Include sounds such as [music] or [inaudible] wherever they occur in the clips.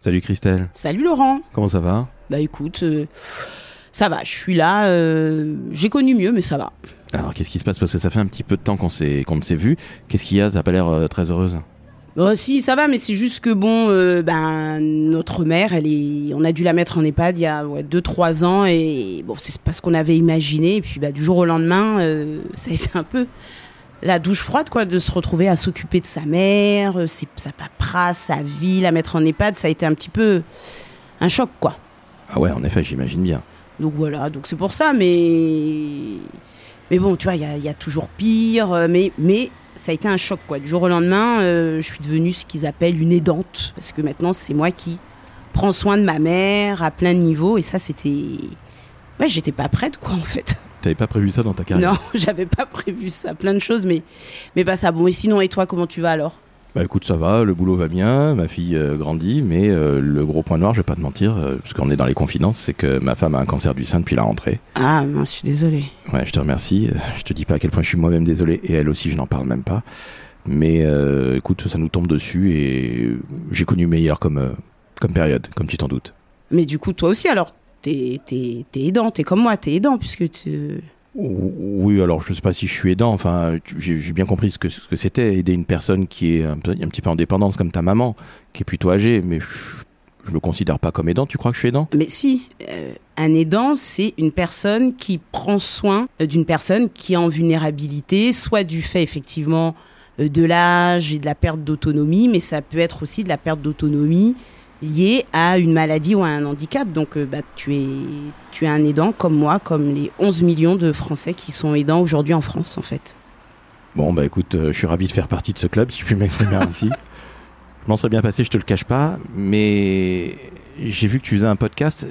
Salut Christelle, Salut Laurent. comment ça va Bah écoute, euh, ça va, je suis là. euh, J'ai connu mieux, mais ça va. Alors qu'est-ce qui se passe Parce que ça fait un petit peu de temps qu'on s'est- qu'on ne s'est vu. Qu'est-ce qu'il y a T'as pas l'air euh, très heureuse Oh si, ça va, mais c'est juste que bon, euh, ben notre mère, elle est, on a dû la mettre en EHPAD il y a ouais, deux trois ans et bon, c'est pas ce qu'on avait imaginé. Et puis bah du jour au lendemain, euh, [laughs] ça a été un peu la douche froide quoi, de se retrouver à s'occuper de sa mère, euh, ses- sa paperasse, sa vie, la mettre en EHPAD, ça a été un petit peu un choc quoi. Ah ouais, en effet, j'imagine bien. Donc voilà, donc c'est pour ça, mais mais bon, tu vois, il y a, il y a toujours pire, euh, mais mais ça a été un choc quoi. Du jour au lendemain, euh, je suis devenue ce qu'ils appellent une aidante parce que maintenant c'est moi qui prends soin de ma mère à plein de niveaux et ça c'était ouais, j'étais pas prête quoi en fait. T'avais pas prévu ça dans ta carrière Non, [laughs] j'avais pas prévu ça, plein de choses, mais mais pas ça. Bon et sinon et toi comment tu vas alors Bah écoute, ça va, le boulot va bien, ma fille euh, grandit, mais euh, le gros point noir, je vais pas te mentir, euh, parce qu'on est dans les confidences, c'est que ma femme a un cancer du sein depuis la rentrée. Ah mince, je suis désolée. Ouais, je te remercie. Euh, Je te dis pas à quel point je suis moi-même désolé, et elle aussi, je n'en parle même pas. Mais euh, écoute, ça nous tombe dessus, et j'ai connu meilleur comme, euh, comme période, comme tu t'en doutes. Mais du coup toi aussi alors t'es t'es t'es aidant, t'es comme moi, t'es aidant puisque tu Oui, alors je sais pas si je suis aidant. Enfin, tu- j'ai j'ai bien compris ce que ce que c'était aider une personne qui est un, peu- un petit peu en dépendance, comme ta maman, qui est plutôt âgée. Mais je, je me considère pas comme aidant. Tu crois que je suis aidant Mais si, euh, un aidant, c'est une personne qui prend soin euh, d'une personne qui est en vulnérabilité, soit du fait effectivement euh, de l'âge et de la perte d'autonomie, mais ça peut être aussi de la perte d'autonomie liée à une maladie ou à un handicap. Donc euh, bah, tu, es, tu es un aidant comme moi, comme les 11 millions de Français qui sont aidants aujourd'hui en France en fait. Bon, bah écoute, euh, je suis ravi de faire partie de ce club, si je puis m'exprimer ainsi. Je m'en serais bien passé, je te le cache pas. Mais j'ai vu que tu faisais un podcast.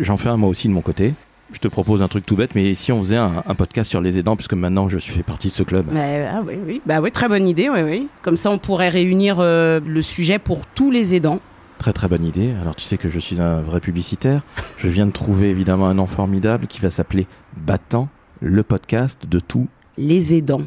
J'en fais un moi aussi de mon côté. Je te propose un truc tout bête, mais si on faisait un, un podcast sur les aidants, puisque maintenant je suis fait partie de ce club. Bah, ah oui, oui. Bah, oui, très bonne idée, oui, oui. Comme ça on pourrait réunir euh, le sujet pour tous les aidants. Très très bonne idée. Alors tu sais que je suis un vrai publicitaire. Je viens de trouver évidemment un nom formidable qui va s'appeler Battant, le podcast de tout. Les aidants.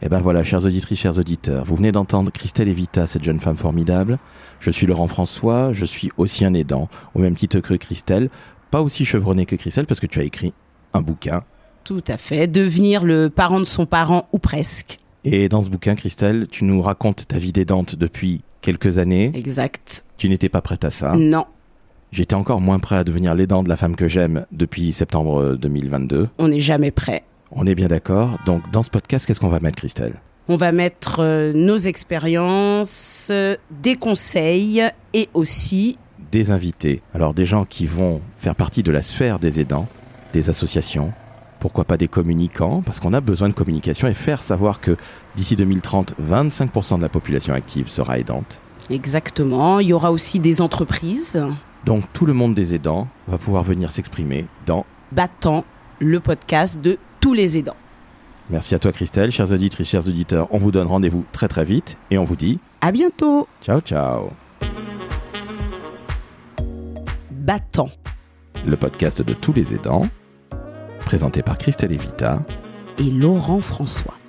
Et ben voilà, chers auditrices, chers auditeurs, vous venez d'entendre Christelle Evita, cette jeune femme formidable. Je suis Laurent François, je suis aussi un aidant, au même titre que Christelle. Pas aussi chevronné que Christelle parce que tu as écrit un bouquin. Tout à fait. Devenir le parent de son parent ou presque. Et dans ce bouquin, Christelle, tu nous racontes ta vie d'aidante depuis quelques années. Exact. Tu n'étais pas prête à ça. Non, J'étais encore moins prêt à devenir l'aidant de la femme que j'aime depuis septembre 2022. on n'est jamais prêt. On est bien d'accord. Donc, dans ce podcast, qu'est-ce qu'on va mettre, Christelle On va mettre euh, nos expériences, euh, des conseils et aussi Des invités. Alors, des gens qui vont faire partie de la sphère des aidants, des associations, pourquoi pas des communicants, parce qu'on a besoin de communication et faire savoir que d'ici 2030, 25% de la population active sera aidante. exactement. Il y aura aussi des entreprises Donc, tout le monde des aidants va pouvoir venir s'exprimer dans. battant le podcast de tous les aidants. Merci à toi, Christelle. Chers auditrices, chers auditeurs, on vous donne rendez-vous très très vite et on vous dit À bientôt, ciao ciao. battant. Le podcast de tous les aidants, présenté par Christelle Evita. et Laurent François.